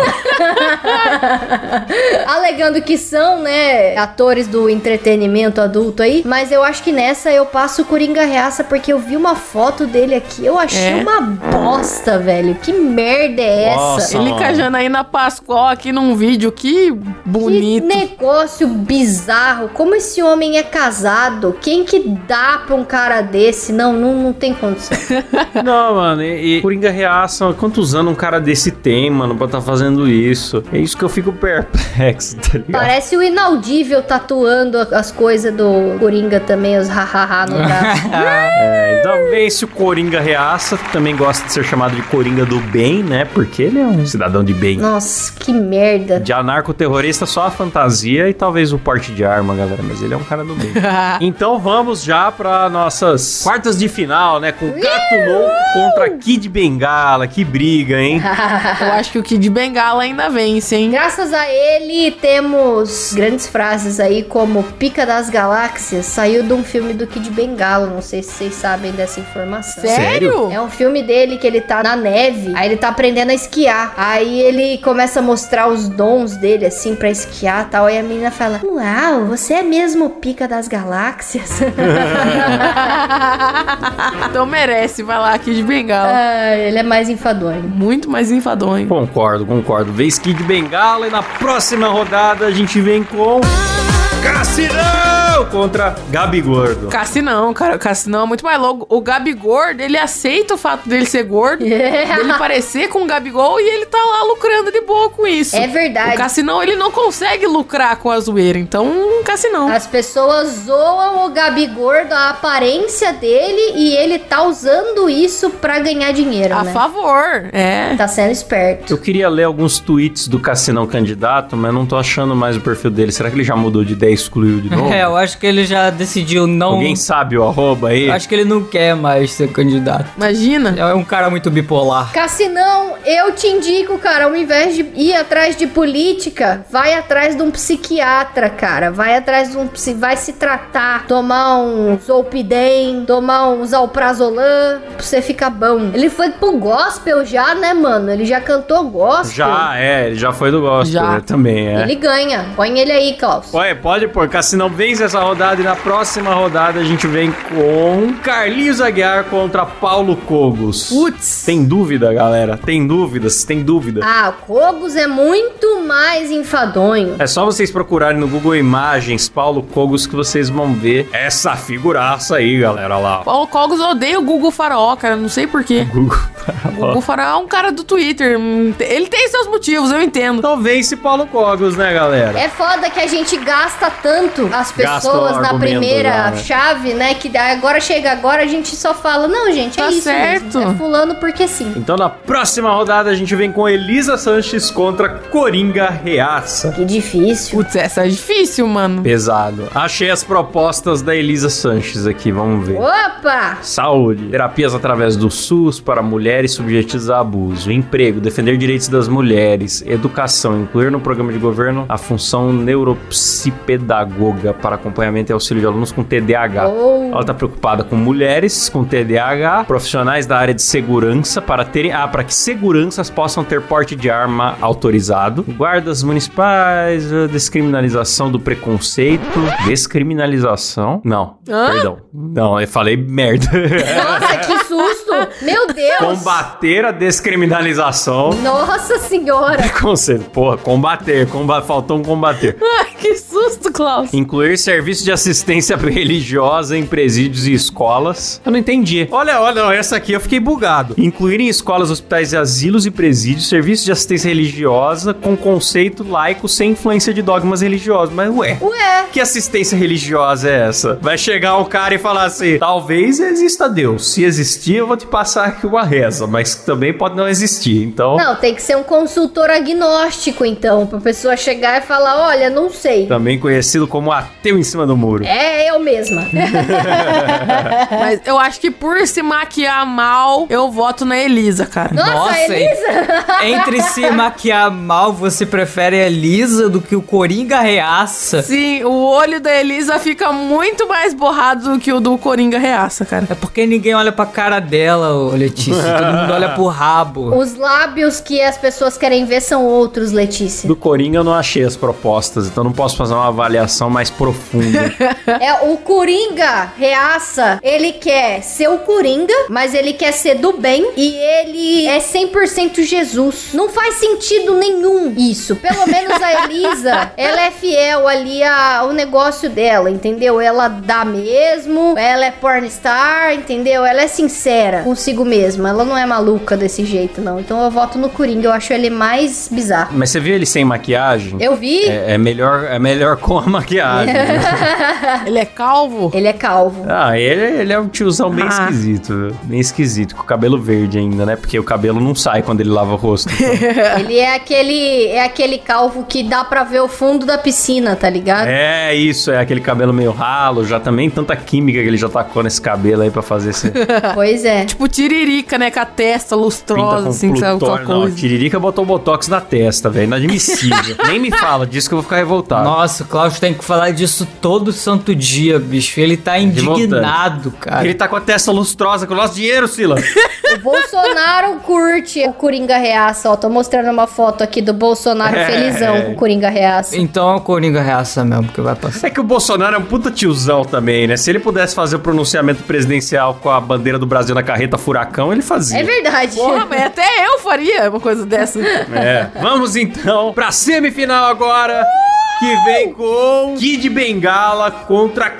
C: Alegando que são, né, atores do entretenimento adulto aí. Mas eu acho que nessa eu passo o Coringa Reaça porque eu vi uma foto dele aqui. Eu achei
B: É?
C: uma bosta, velho. Que merda é essa?
A: Nossa,
B: Ele com a Janaína Pascoal aqui num vídeo, que bonito.
C: Que negócio bizarro. Como esse homem é casado? Quem que dá pra um cara desse? Não, não, não tem condição.
A: Não, mano, e, e Coringa reaça. Quantos anos um cara desse tem, mano, pra tá fazendo isso? É isso que eu fico perplexo, tá ligado?
C: Parece o inaudível tatuando a- as coisas do Coringa também, os hahaha no braço.
A: É, também se o Coringa reaça, também gosta de ser chamado de Coringa do bem, né? Porque ele é um cidadão de bem.
C: Nossa, que merda.
A: *laughs* De anarcoterrorista, só a fantasia e talvez o porte de arma, galera. Mas ele é um cara do bem. então vamos já pra nossas quartas de final, né? Com Gato Louco contra Kid Bengala. Que briga, hein?
B: *laughs* Eu acho que o Kid Bengala ainda vence, hein?
C: Graças a ele, temos grandes frases aí como Pica das Galáxias saiu de um filme do Kid Bengala. Não sei se vocês sabem dessa informação.
B: Sério?
C: É um filme dele que ele tá na neve, aí ele tá aprendendo a esquiar. Aí ele começa a mostrar os dons dele, assim, pra esquiar e tal. Aí a menina fala: Uau, você é mesmo o pica das galáxias? *laughs* É
B: *laughs* então merece, vai lá, Kid Bengala.
C: ah, ele é mais enfadonho.
B: Muito mais enfadonho.
A: Concordo, concordo. Vez Kid Bengala e na próxima rodada a gente vem com. Cassinão contra Gabi Gordo.
B: Cassi não, cara. Cassi não é muito mais louco. O Gabigordo, ele aceita o fato dele ser gordo,
C: É.
B: dele parecer com o Gabigol e ele tá lá lucrando de boa com isso.
C: É
B: O
C: verdade.
B: Cassinão, ele não consegue lucrar com a zoeira. Então, Cassinão.
C: As pessoas zoam o Gabi Gordo, a aparência dele, e ele tá usando isso pra ganhar dinheiro,
B: A
C: né?
B: favor. É.
C: Tá sendo esperto.
A: Eu queria ler alguns tweets do Cassinão candidato, mas não tô achando mais o perfil dele. Será que ele já mudou de ideia e excluiu de novo?
D: *laughs* É, eu acho que ele já decidiu não.
A: Alguém sabe o arroba aí?
D: Eu acho que ele não quer mais ser candidato.
B: Imagina.
D: É um cara muito bipolar.
C: Cassinão, eu te indico, cara, ao invés de ir atrás de política, vai atrás de um psiquiatra, cara. Vai atrás de um psi, vai se tratar, tomar um Zolpidem, tomar um Zalprazolam, pra você ficar bom. Ele foi pro gospel já, né, mano? Ele já cantou gospel.
A: Já, é, ele já foi do gospel
B: Já.
A: né, também, é.
C: Ele ganha. Põe ele aí, Klaus.
A: Olha, pode pôr, Cassinão vence essa rodada e na próxima rodada a gente vem com Carlinhos Aguiar contra Paulo Cogos.
B: Putz.
A: Tem dúvida, galera? Tem dúvidas? Tem dúvida?
C: Ah, o Cogos é muito mais enfadonho.
A: É só vocês procurarem no Google Imagens Paulo Cogos que vocês vão ver essa figuraça aí, galera, lá. ó.
B: Paulo Cogos odeia o Google Faraó, cara. Não sei porquê.
A: Google.
B: O Gugu Faraó é um cara do Twitter. hum, te- Ele tem seus motivos, eu entendo.
A: Então vence Paulo Cogos, né, galera?
C: É foda que a gente gasta tanto as
A: Gasta o
C: pessoas na
A: argumento
C: primeira
A: já, né?
C: chave, né? Que agora chega agora, a gente só fala, não, gente, é
B: Tá
C: isso
B: certo.
C: mesmo. É fulano porque sim.
A: Então na próxima rodada a gente vem com Elisa Sanches contra Coringa Reaça.
C: Que difícil.
B: Putz, essa é difícil,
A: *laughs*
B: mano.
A: Pesado. Achei as propostas da Elisa Sanches aqui, vamos ver.
C: Opa!
A: Saúde, terapias através do SUS para mulheres subjetidas a abuso, emprego, defender direitos das mulheres, educação, incluir no programa de governo a função neuropsipedagoga para acompanhamento e auxílio de alunos com TDAH.
C: Oh.
A: Ela está preocupada com mulheres com TDAH, profissionais da área de segurança para terem, ah, para que seguranças possam ter porte de arma autorizado, guardas municipais, eh, descriminalização do preconceito, descriminalização, não,
B: Hã?
A: perdão, não, eu falei merda,
C: Nossa, que susto! Meu Deus!
A: combater a descriminalização.
C: Nossa senhora!
A: Preconceito, porra, combater, comba- faltou um combater.
B: Ai, que susto, Klaus.
A: Incluir serviço de assistência religiosa em presídios e escolas. Eu não entendi. Olha, olha, essa aqui eu fiquei bugado. Incluir em escolas, hospitais e asilos e presídios serviço de assistência religiosa com conceito laico sem influência de dogmas religiosos. Mas ué.
C: Ué,
A: Que assistência religiosa é essa? Vai chegar um cara e falar assim: talvez exista Deus. Se existir, eu vou te passar aqui uma reza, mas também pode não existir. Então,
C: não, tem que ser um consultor agnóstico, então, pra pessoa chegar e falar, olha, não sei.
A: também conhecido como ateu em cima do muro.
C: É eu mesma.
B: Mas eu acho que por se maquiar mal, eu voto na Elisa, cara.
C: Nossa, é
D: Nossa, hein?
C: Elisa! *laughs*
D: Entre se maquiar mal, você prefere a Elisa do que o Coringa reaça.
B: Sim, o olho da Elisa fica muito mais borrado do que o do Coringa Reaça, cara.
D: É porque ninguém olha pra cara dela, ô Letícia. Todo mundo olha pro rabo.
C: Os lábios que as pessoas querem ver são outros, Letícia.
A: Do Coringa eu não achei as propostas, então não posso fazer uma avaliação mais profunda.
C: É, o Coringa reaça, ele quer ser o Coringa, mas ele quer ser do bem e ele é 100% Jesus. Não faz sentido nenhum isso. Pelo menos a Elisa, ela é fiel ali a- ao negócio dela, entendeu? Ela dá mesmo, ela é pornstar, entendeu? Ela é sincera consigo mesma, ela não é maluca desse jeito, não. Então eu voto no Coringa, eu acho ele mais bizarro.
A: Mas você viu ele sem maquiagem?
C: Eu vi,
A: É, é melhor, é melhor com a maquiagem.
B: É.
A: né?
B: *laughs* Ele é calvo?
C: ele é calvo.
A: Ah, ele, ele é um tiozão bem
B: Ah.
A: esquisito, viu? bem esquisito, com o cabelo verde ainda, né? Porque o cabelo não sai quando ele lava o
B: *laughs*
A: rosto.
C: Ele é aquele, é aquele calvo que dá pra ver o fundo da piscina, tá ligado?
A: É isso, é aquele cabelo meio ralo, já também tanta química que ele já tacou nesse cabelo aí pra fazer
B: *laughs*
A: esse pinta
C: Pois é.
B: Tipo tiririca, né? Com a testa lustrosa,
A: com
B: assim, sabe? Com
A: plutónio.
B: a
A: Não,
B: coisa.
A: Tiririca botou botox na testa, velho,
B: *laughs*
A: inadmissível. Nem me fala disso que eu vou ficar revoltado.
D: Nossa, o Klaus tem que falar disso todo santo dia, bicho. Ele tá indignado, cara.
A: Ele tá com a testa lustrosa com o nosso dinheiro, Sila.
C: O Bolsonaro curte o Coringa Reaça, ó. Tô mostrando uma foto aqui do Bolsonaro
A: É.
C: felizão com o Coringa
A: tá-
C: Reaça.
D: Então é o Coringa reaça mesmo que vai passar.
A: É que o Bolsonaro é um puta tiozão também, né? Se ele pudesse fazer o pronunciamento presidencial com a bandeira do Brasil na carreta furacão, ele fazia.
C: É verdade.
B: Porra, mas até eu faria uma coisa *laughs* dessa.
A: É. Vamos então pra semifinal agora. Que vem com Kid Bengala contra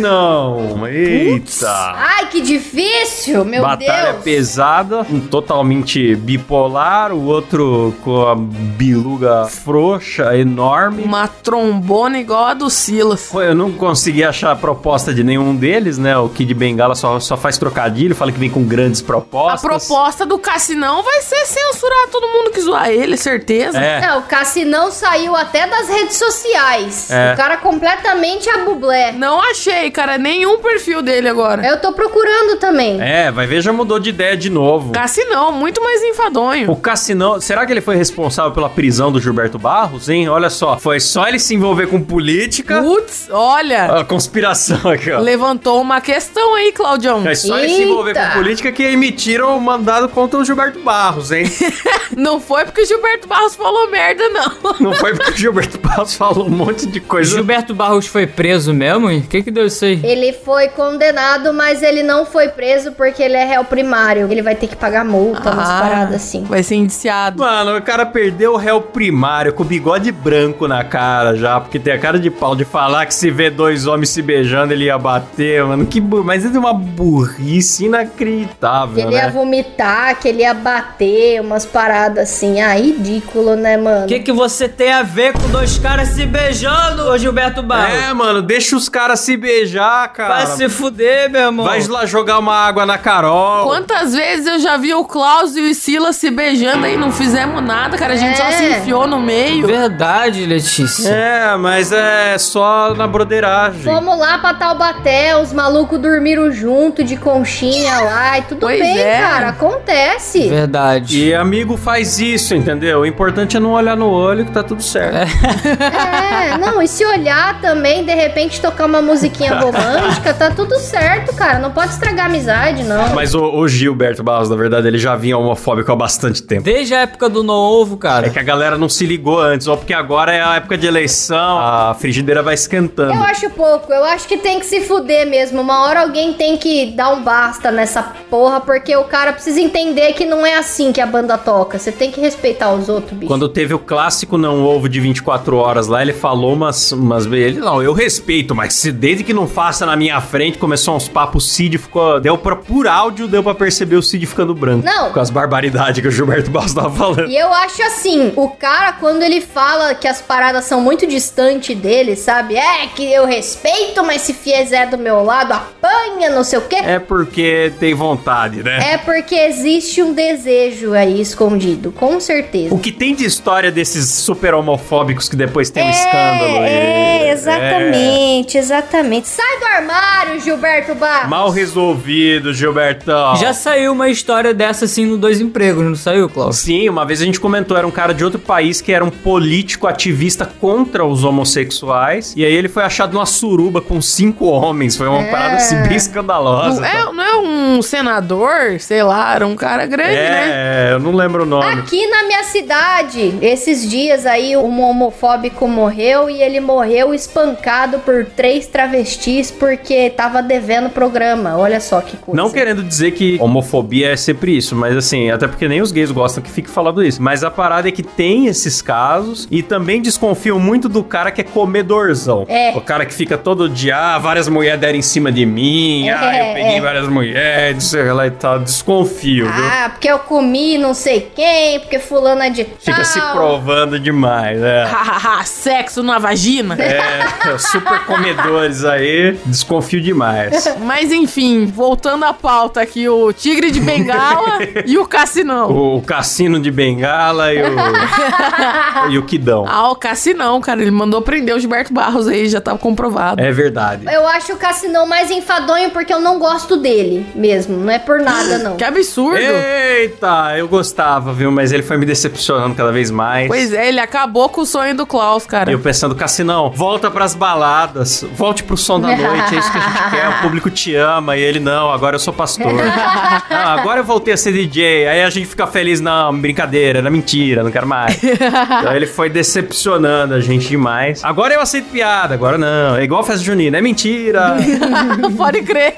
A: Cassinão. Eita!
C: *laughs* Ai, que difícil, Ah, meu
A: Batalha
C: Deus.
A: pesada, um totalmente bipolar, o outro com a biluga frouxa, enorme.
B: Uma trombona igual a do Silas.
A: Pô, Eu não consegui achar a proposta de nenhum deles, né? O Kid Bengala só, só faz trocadilho, fala que vem com grandes
B: A
A: propostas.
B: proposta do Cassinão vai ser censurar todo mundo que zoar ele, certeza.
A: É.
C: Não, o Cassinão saiu até das redes sociais.
A: É.
C: O cara completamente a bublé.
B: Não achei, cara, nenhum perfil dele agora.
C: Eu tô procurando também.
A: É, vai ver, já mudou de ideia de novo.
B: Cassinão, muito mais enfadonho.
A: O Cassinão, será que ele foi responsável pela prisão do Gilberto Barros, hein? Olha só, foi só ele se envolver com política.
B: Putz, olha,
A: A conspiração aqui, ó.
B: levantou uma questão aí, Claudião.
A: É só ele se envolver
C: Eita.
A: com política que emitiram o mandado contra o Gilberto Barros, hein?
B: Não foi porque o Gilberto Barros falou merda, não.
A: Não foi porque o Gilberto Barros falou um monte de coisa.
D: Gilberto Barros foi preso mesmo? O que que deu isso aí?
C: Ele foi condenado, mas ele não foi preso porque ele é réu primário. Ele vai ter que pagar multa, umas
B: Ah,
C: paradas assim.
B: Vai ser indiciado.
A: Mano, o cara perdeu o réu primário com o bigode branco na cara já, porque tem a cara de pau de falar que se vê dois homens se beijando ele ia bater, mano. Que bu... Mas ele é uma burrice
C: Que
A: inacreditável,
C: ele
A: né?
C: ia vomitar, que ele ia bater, umas paradas assim. Ah, ridículo, né, mano?
D: O que, que você tem a ver com dois caras se beijando, ô Gilberto Barros?
A: É, mano, deixa os caras se beijar, cara.
D: vai se fuder, meu
C: um
D: irmão.
A: Vai lá jogar uma água na Carol.
B: Quantas vezes eu já vi o Klaus e o Silas se beijando aí, não fizemos nada, cara. A gente só
C: É.
B: se enfiou no meio.
D: Verdade, Letícia.
A: É, mas é só na broderagem.
C: Fomos lá pra Taubaté, os malucos dormiram junto de conchinha lá e tudo
B: Pois
C: bem,
B: é.
C: cara, acontece.
D: *laughs* Verdade.
A: E amigo faz isso, entendeu? O importante é não olhar no olho que tá tudo certo.
C: É, não, e se olhar também, de repente tocar uma musiquinha romântica, tá tudo certo, cara, não pode estragar a amizade, não.
A: Mas o, o Gilberto Barros, na verdade, ele já vinha homofóbico há bastante tempo.
D: Desde a época do Novo, cara.
A: É que a galera não se ligou antes, ó, porque agora é a época de eleição, a frigideira vai esquentando.
C: Eu acho pouco, eu acho que tem que se fuder mesmo. Uma hora alguém tem que dar um basta nessa porra, porque o cara precisa entender que não é assim que a banda toca. Você tem que respeitar os outros, bicho.
A: Quando teve o clássico não ovo de 24 horas lá, ele falou umas, umas ele não, eu respeito, mas se desde que não faça na minha frente, começou uns papos, o Cid ficou, deu pra, por áudio, deu pra perceber o Cid ficando branco.
C: Não.
A: Com as barbaridades que o Gilberto Barros tava falando.
C: E eu acho assim, o cara, quando ele fala que as paradas são muito distante dele, sabe? É, que eu respeito, mas se fizer do meu lado, apanha, não sei o quê. É.
A: É porque tem vontade, né?
C: porque existe um desejo aí escondido, com certeza.
A: O que tem de história desses super homofóbicos que depois tem um escândalo.
C: É,
A: é.
C: exatamente, exatamente. Sai do armário, Gilberto
A: É.
C: Barros.
A: Mal resolvido, Gilbertão.
D: Já saiu uma história dessa assim no Dois Empregos, não saiu, Klaus?
A: Sim, uma vez a gente comentou, era um cara de outro país que era um político ativista contra os homossexuais. E aí ele foi achado numa suruba com cinco homens. Foi uma parada assim bem escandalosa.
B: É.
A: tá?
B: Não é, não é um senador, sei lá, era um cara grande, né?
A: É, eu não lembro o nome.
C: Aqui na minha cidade, esses dias aí, um homofóbico morreu e ele morreu espancado por três travestis porque tava devendo programa. Olha só que coisa.
A: Não querendo dizer que homofobia é sempre isso, mas assim, até porque nem os gays gostam que fique falando isso. Mas a parada é que tem esses casos e também desconfiam muito do cara que é comedorzão.
C: É.
A: O cara que fica todo dia, ah, várias mulheres deram em cima de mim, ah, eu
C: É,
A: peguei
C: é.
A: várias mulheres, sei lá e tal. Desconfio, viu?
C: Ah, porque eu comi não sei quem, porque fulano é de tal.
A: Fica se provando demais,
C: Ah.
A: é.
B: Hahaha, sexo na vagina.
A: É, *laughs* super comedores aí, desconfio demais.
B: Mas enfim, voltando à pauta aqui, o Tigre
A: *laughs*
B: de Bengala e o Cassinão.
A: O, o cassino de bengala e o.
C: *laughs*
A: e o quidão.
B: Ah, o Cassinão, cara, ele mandou prender o Gilberto Barros aí, já tava comprovado.
A: É verdade.
C: Eu acho o Cassinão mais enfadonho porque eu não gosto dele mesmo. Não é por nada,
A: Hum,
C: não.
B: Que absurdo.
A: É. Eita, eu gostava, viu? Mas ele foi me decepcionando cada vez mais.
B: Pois é, ele acabou com o sonho do Klaus, cara.
A: E eu pensando, Cassinão, volta pras baladas, volte pro som da noite, é isso que a gente quer,
B: *laughs*
A: o público te ama. E ele, não, agora eu sou pastor. ah, agora eu voltei a ser DJ. Aí a gente fica feliz, não, brincadeira, era mentira, não quero
B: *laughs*
A: mais. então ele foi decepcionando a gente demais. Agora eu aceito piada, agora não. É igual festa junina, é mentira.
B: *laughs* Pode crer.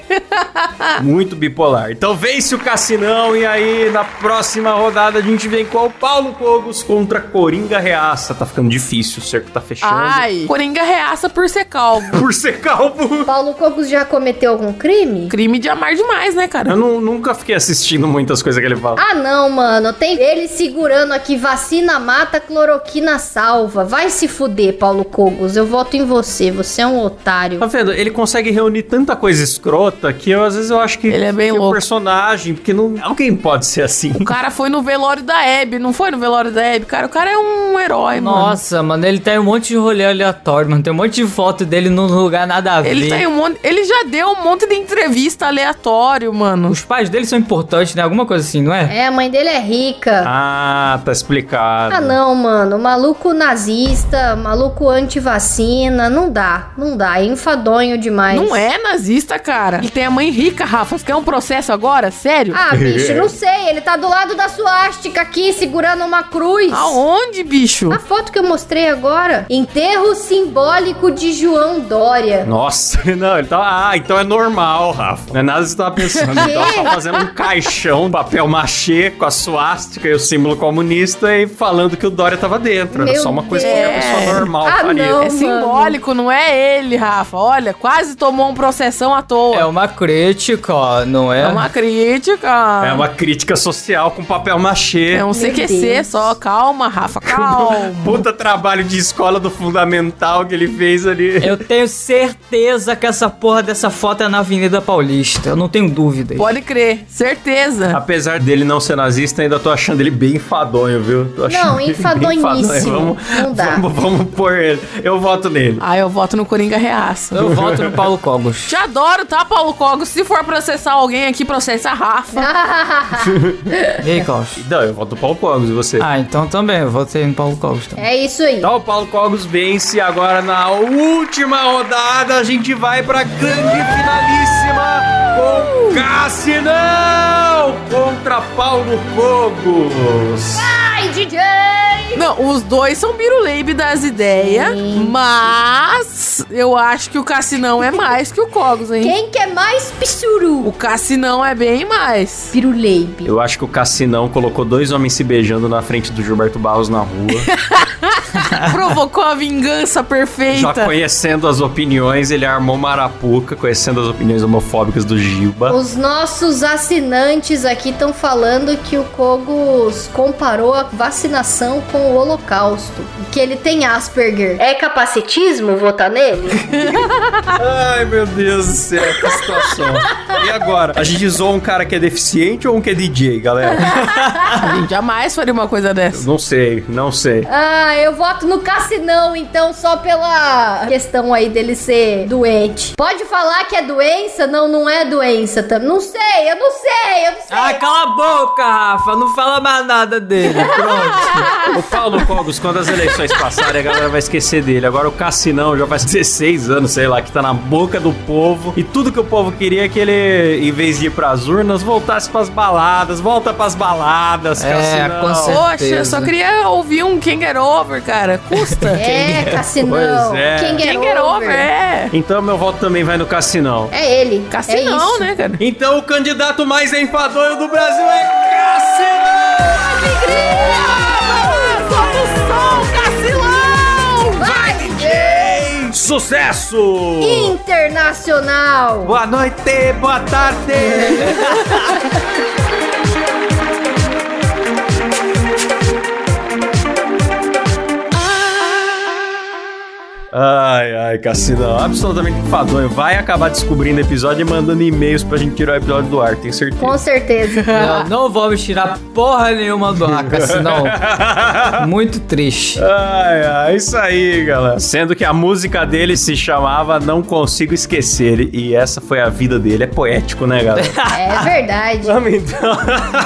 A: Muito bipolar. Então vence o Cassinão e aí na próxima rodada a gente vem com o Paulo Cogos contra Coringa Reaça. Tá ficando difícil, o cerco tá fechando.
B: Ai, Coringa reaça por ser calvo.
A: Por ser calvo.
C: Paulo Cocos já cometeu algum crime?
B: Crime de amar demais, né, cara?
A: Eu não- nunca fiquei assistindo muitas coisas que ele fala.
C: Ah, não, mano. Tem ele segurando aqui vacina mata, cloroquina salva. Vai se fuder, Paulo Cogos. Eu voto em você. Você é um otário.
A: Tá vendo? Ele consegue reunir tanta coisa escrota que eu, às vezes eu acho que
B: Ele é bem
A: que
B: louco.
A: o personagem, porque não, alguém pode ser assim.
B: O cara foi no velório da Hebe, não foi no velório da Hebe? Cara, o cara é um herói, mano.
D: Nossa, mano, ele tem um monte de rolê aleatório, mano. Tem um monte de foto dele num lugar nada a ver.
A: tá
B: Ele tem um monte, ele já deu um monte de entrevista aleatório,
A: um-
B: mano.
D: Os pais dele são importantes, né? Alguma coisa assim, não é?
C: É, a mãe dele é rica.
A: Ah, tá explicado.
C: Ah, não, mano. Maluco nazista, maluco antivacina. Não dá, não dá. É enfadonho demais.
B: Não é nazista, cara. Ele tem a mãe rica, Rafa. Você quer um processo agora? Sério?
C: Ah,
A: *laughs*
C: bicho, não sei. Ele tá do lado da suástica aqui, segurando uma cruz.
B: Aonde, bicho?
C: A foto que eu mostrei agora. Enterro simbólico de João Dória.
A: Nossa, *laughs* não, ele tá. Ah, então é normal, Rafa. Não é nada que você tava pensando. Ele tava só fazendo um caixão, papel machê com a suástica e o símbolo comunista e falando que o Dória tava dentro. Era
C: Meu
A: só uma coisa que uma
B: Deus.
A: pessoa normal
C: Ah,
A: faria.
C: não.
B: É simbólico, não é ele, Rafa. Olha, quase tomou um processão à toa.
D: É uma crítica, ó, não é?
B: É uma crítica.
A: É uma crítica social com papel machê.
B: É um CQC
C: Deus.
B: só. Calma, Rafa, calma.
A: Puta trabalho de escola do fundamental que ele fez ali.
D: Eu tenho certeza que essa porra dessa foto é na Avenida Paulista. Eu não tenho dúvidas.
B: Pode crer, certeza.
A: Apesar dele não ser nazista, ainda tô achando ele bem enfadonho, viu? Tô achando
C: Não,
A: ele *laughs* bem
C: enfadonhíssimo.
A: Vamos,
C: Não dá.
A: Vamos, vamos pôr ele. Eu voto nele.
B: Ah, eu voto no Coringa Reaça.
D: Eu voto no Paulo Cogos.
B: Te adoro, tá, Paulo Cogos? Se for processar alguém aqui, processa a Rafa.
D: E aí, Klaus?
A: Não, eu voto Paulo Cogos e você.
D: Ah, então também. Eu votei no Paulo Cogos também.
C: É isso aí.
A: Então o Paulo Cogos vence agora na última rodada. A gente vai pra grande finalíssima com Cassinão contra Paulo Cogos.
C: Ai, DJ!
B: Não, os dois são biruleibe das ideias, mas eu acho que o Cassinão é mais que o Cogos, hein?
C: Quem quer mais pichuru?
B: O Cassinão é bem mais.
C: Piruleibe.
A: Eu acho que o Cassinão colocou dois homens se beijando na frente do Gilberto Barros na *laughs* rua.
B: Provocou a vingança
A: Já
B: perfeita.
A: conhecendo as opiniões, ele armou Marapuca, conhecendo as opiniões homofóbicas do Giba.
C: Os nossos assinantes aqui estão falando que o Kogos comparou a vacinação com o Holocausto. e Que ele tem Asperger. É capacitismo votar nele?
A: Ai, meu Deus do céu, que situação. E agora? A gente zoa um cara que é deficiente ou um que é DJ, galera?
B: Jamais faria uma coisa dessa.
A: Não sei, não sei.
C: *laughs* ah, eu voto no Cassinão, então, só pela questão aí dele ser doente. Pode falar que é doença? Não, não é doença. tam- Não sei, eu não sei, eu não sei.
D: Ah, cala a boca, Rafa. Não fala mais nada *laughs* dele. Pronto.
A: O Paulo Cogos, quando as eleições passarem, a galera vai esquecer dele. Agora o Cassinão já faz *laughs* 16 anos, sei lá, que tá na boca do povo. E tudo que o povo queria é que ele, em vez de ir pras urnas, voltasse pras baladas. Volta pras baladas,
H: É,
A: Cassinão.
H: com certeza.
B: Poxa, eu só queria ouvir um King Get Over, *laughs* cara. Custa.
C: É, Cassinão.
A: Pois é.
C: King
B: King Get Over, é.
A: Então meu voto também vai no Cassinão.
C: É ele. é
B: Cassinão,
C: isso.
B: né, cara?
A: Então o candidato mais enfadonho do Brasil é Cassinão!
C: Vai,
A: Sucesso!
C: Internacional.
A: Boa noite, boa tarde! Ai, ai, Cassinão, absolutamente enfadonho. Vai acabar descobrindo o episódio e mandando e-mails pra gente tirar o episódio do ar, tenho certeza.
C: Com certeza.
D: Não, não vamos tirar porra nenhuma do ar, senão. Muito triste.
A: *laughs* Ai, ai, isso aí, galera. Sendo que a música dele se chamava Não Consigo Esquecer, e essa foi a vida dele. É poético, né, galera?
C: É verdade.
A: Vamos então.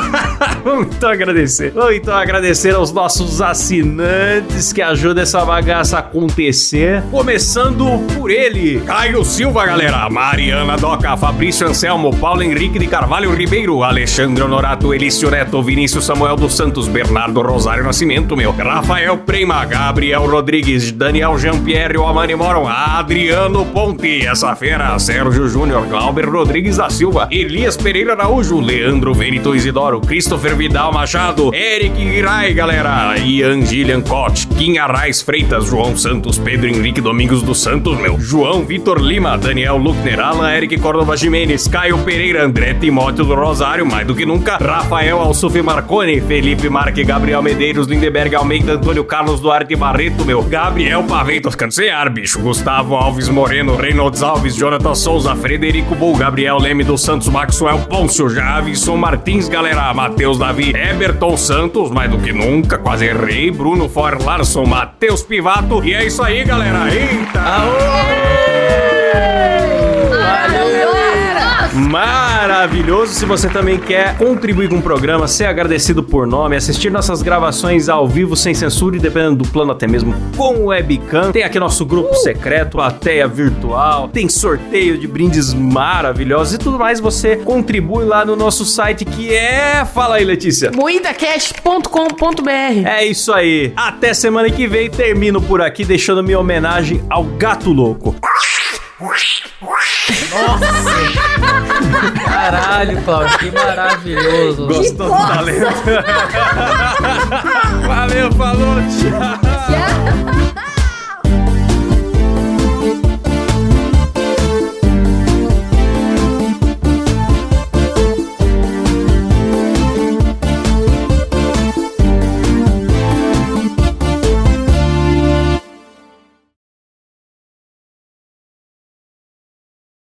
A: *laughs* Vamos então agradecer. Vamos então agradecer aos nossos assinantes que ajudam essa bagaça a acontecer. Começando por ele, Caio Silva, galera. Mariana Doca, Fabrício Anselmo, Paulo Henrique de Carvalho Ribeiro, Alexandre Honorato, Elício Neto, Vinícius Samuel dos Santos, Bernardo Rosário Nascimento, meu. Rafael Prema, Gabriel Rodrigues, Daniel Jean-Pierre, Omani Moron, Adriano Ponte, essa fera, Sérgio Júnior, Glauber Rodrigues da Silva, Elias Pereira Araújo, Leandro Verito Isidoro, Christopher Vidal Machado, Eric Girai, galera, Ian Gillian Cott, Kim Arraes Freitas, João Santos, Pedro Henrique Domingos dos Santos, meu, João Vitor Lima, Daniel Luckner, Alan Eric Cordova Jimenez, Caio Pereira, André Timóteo do Rosário, mais do que nunca, Rafael Alsuf Marconi, Felipe Marque, Gabriel Medeiros, Lindeberg Almeida, Antônio Carlos Duarte Barreto, meu, Gabriel Paventos, Cancear, bicho, Gustavo Alves Moreno, Reynolds Alves, Jonathan Souza, Frederico Bull, Gabriel Leme dos Santos, Maxwell Pôncio, Javison Martins, galera, Matheus Davi, Eberton Santos, mais do que nunca, quase errei, Bruno For Larson, Matheus Pivato, e é isso aí, galera, eita!
C: Maravilhoso.
A: Maravilhoso! Se você também quer contribuir com o programa, ser agradecido por nome, assistir nossas gravações ao vivo sem censura e dependendo do plano até mesmo com webcam, tem aqui nosso grupo secreto, plateia virtual, tem sorteio de brindes maravilhosos e tudo mais. Você contribui lá no nosso site que é. Fala aí, Letícia!
B: Moidacast.com.br.
A: É isso aí. Até semana que vem. Termino por aqui deixando minha homenagem ao gato louco.
D: Caralho, Claudio, que
A: *laughs*
D: maravilhoso.
A: Gostou do talento? Valeu, falou, tchau!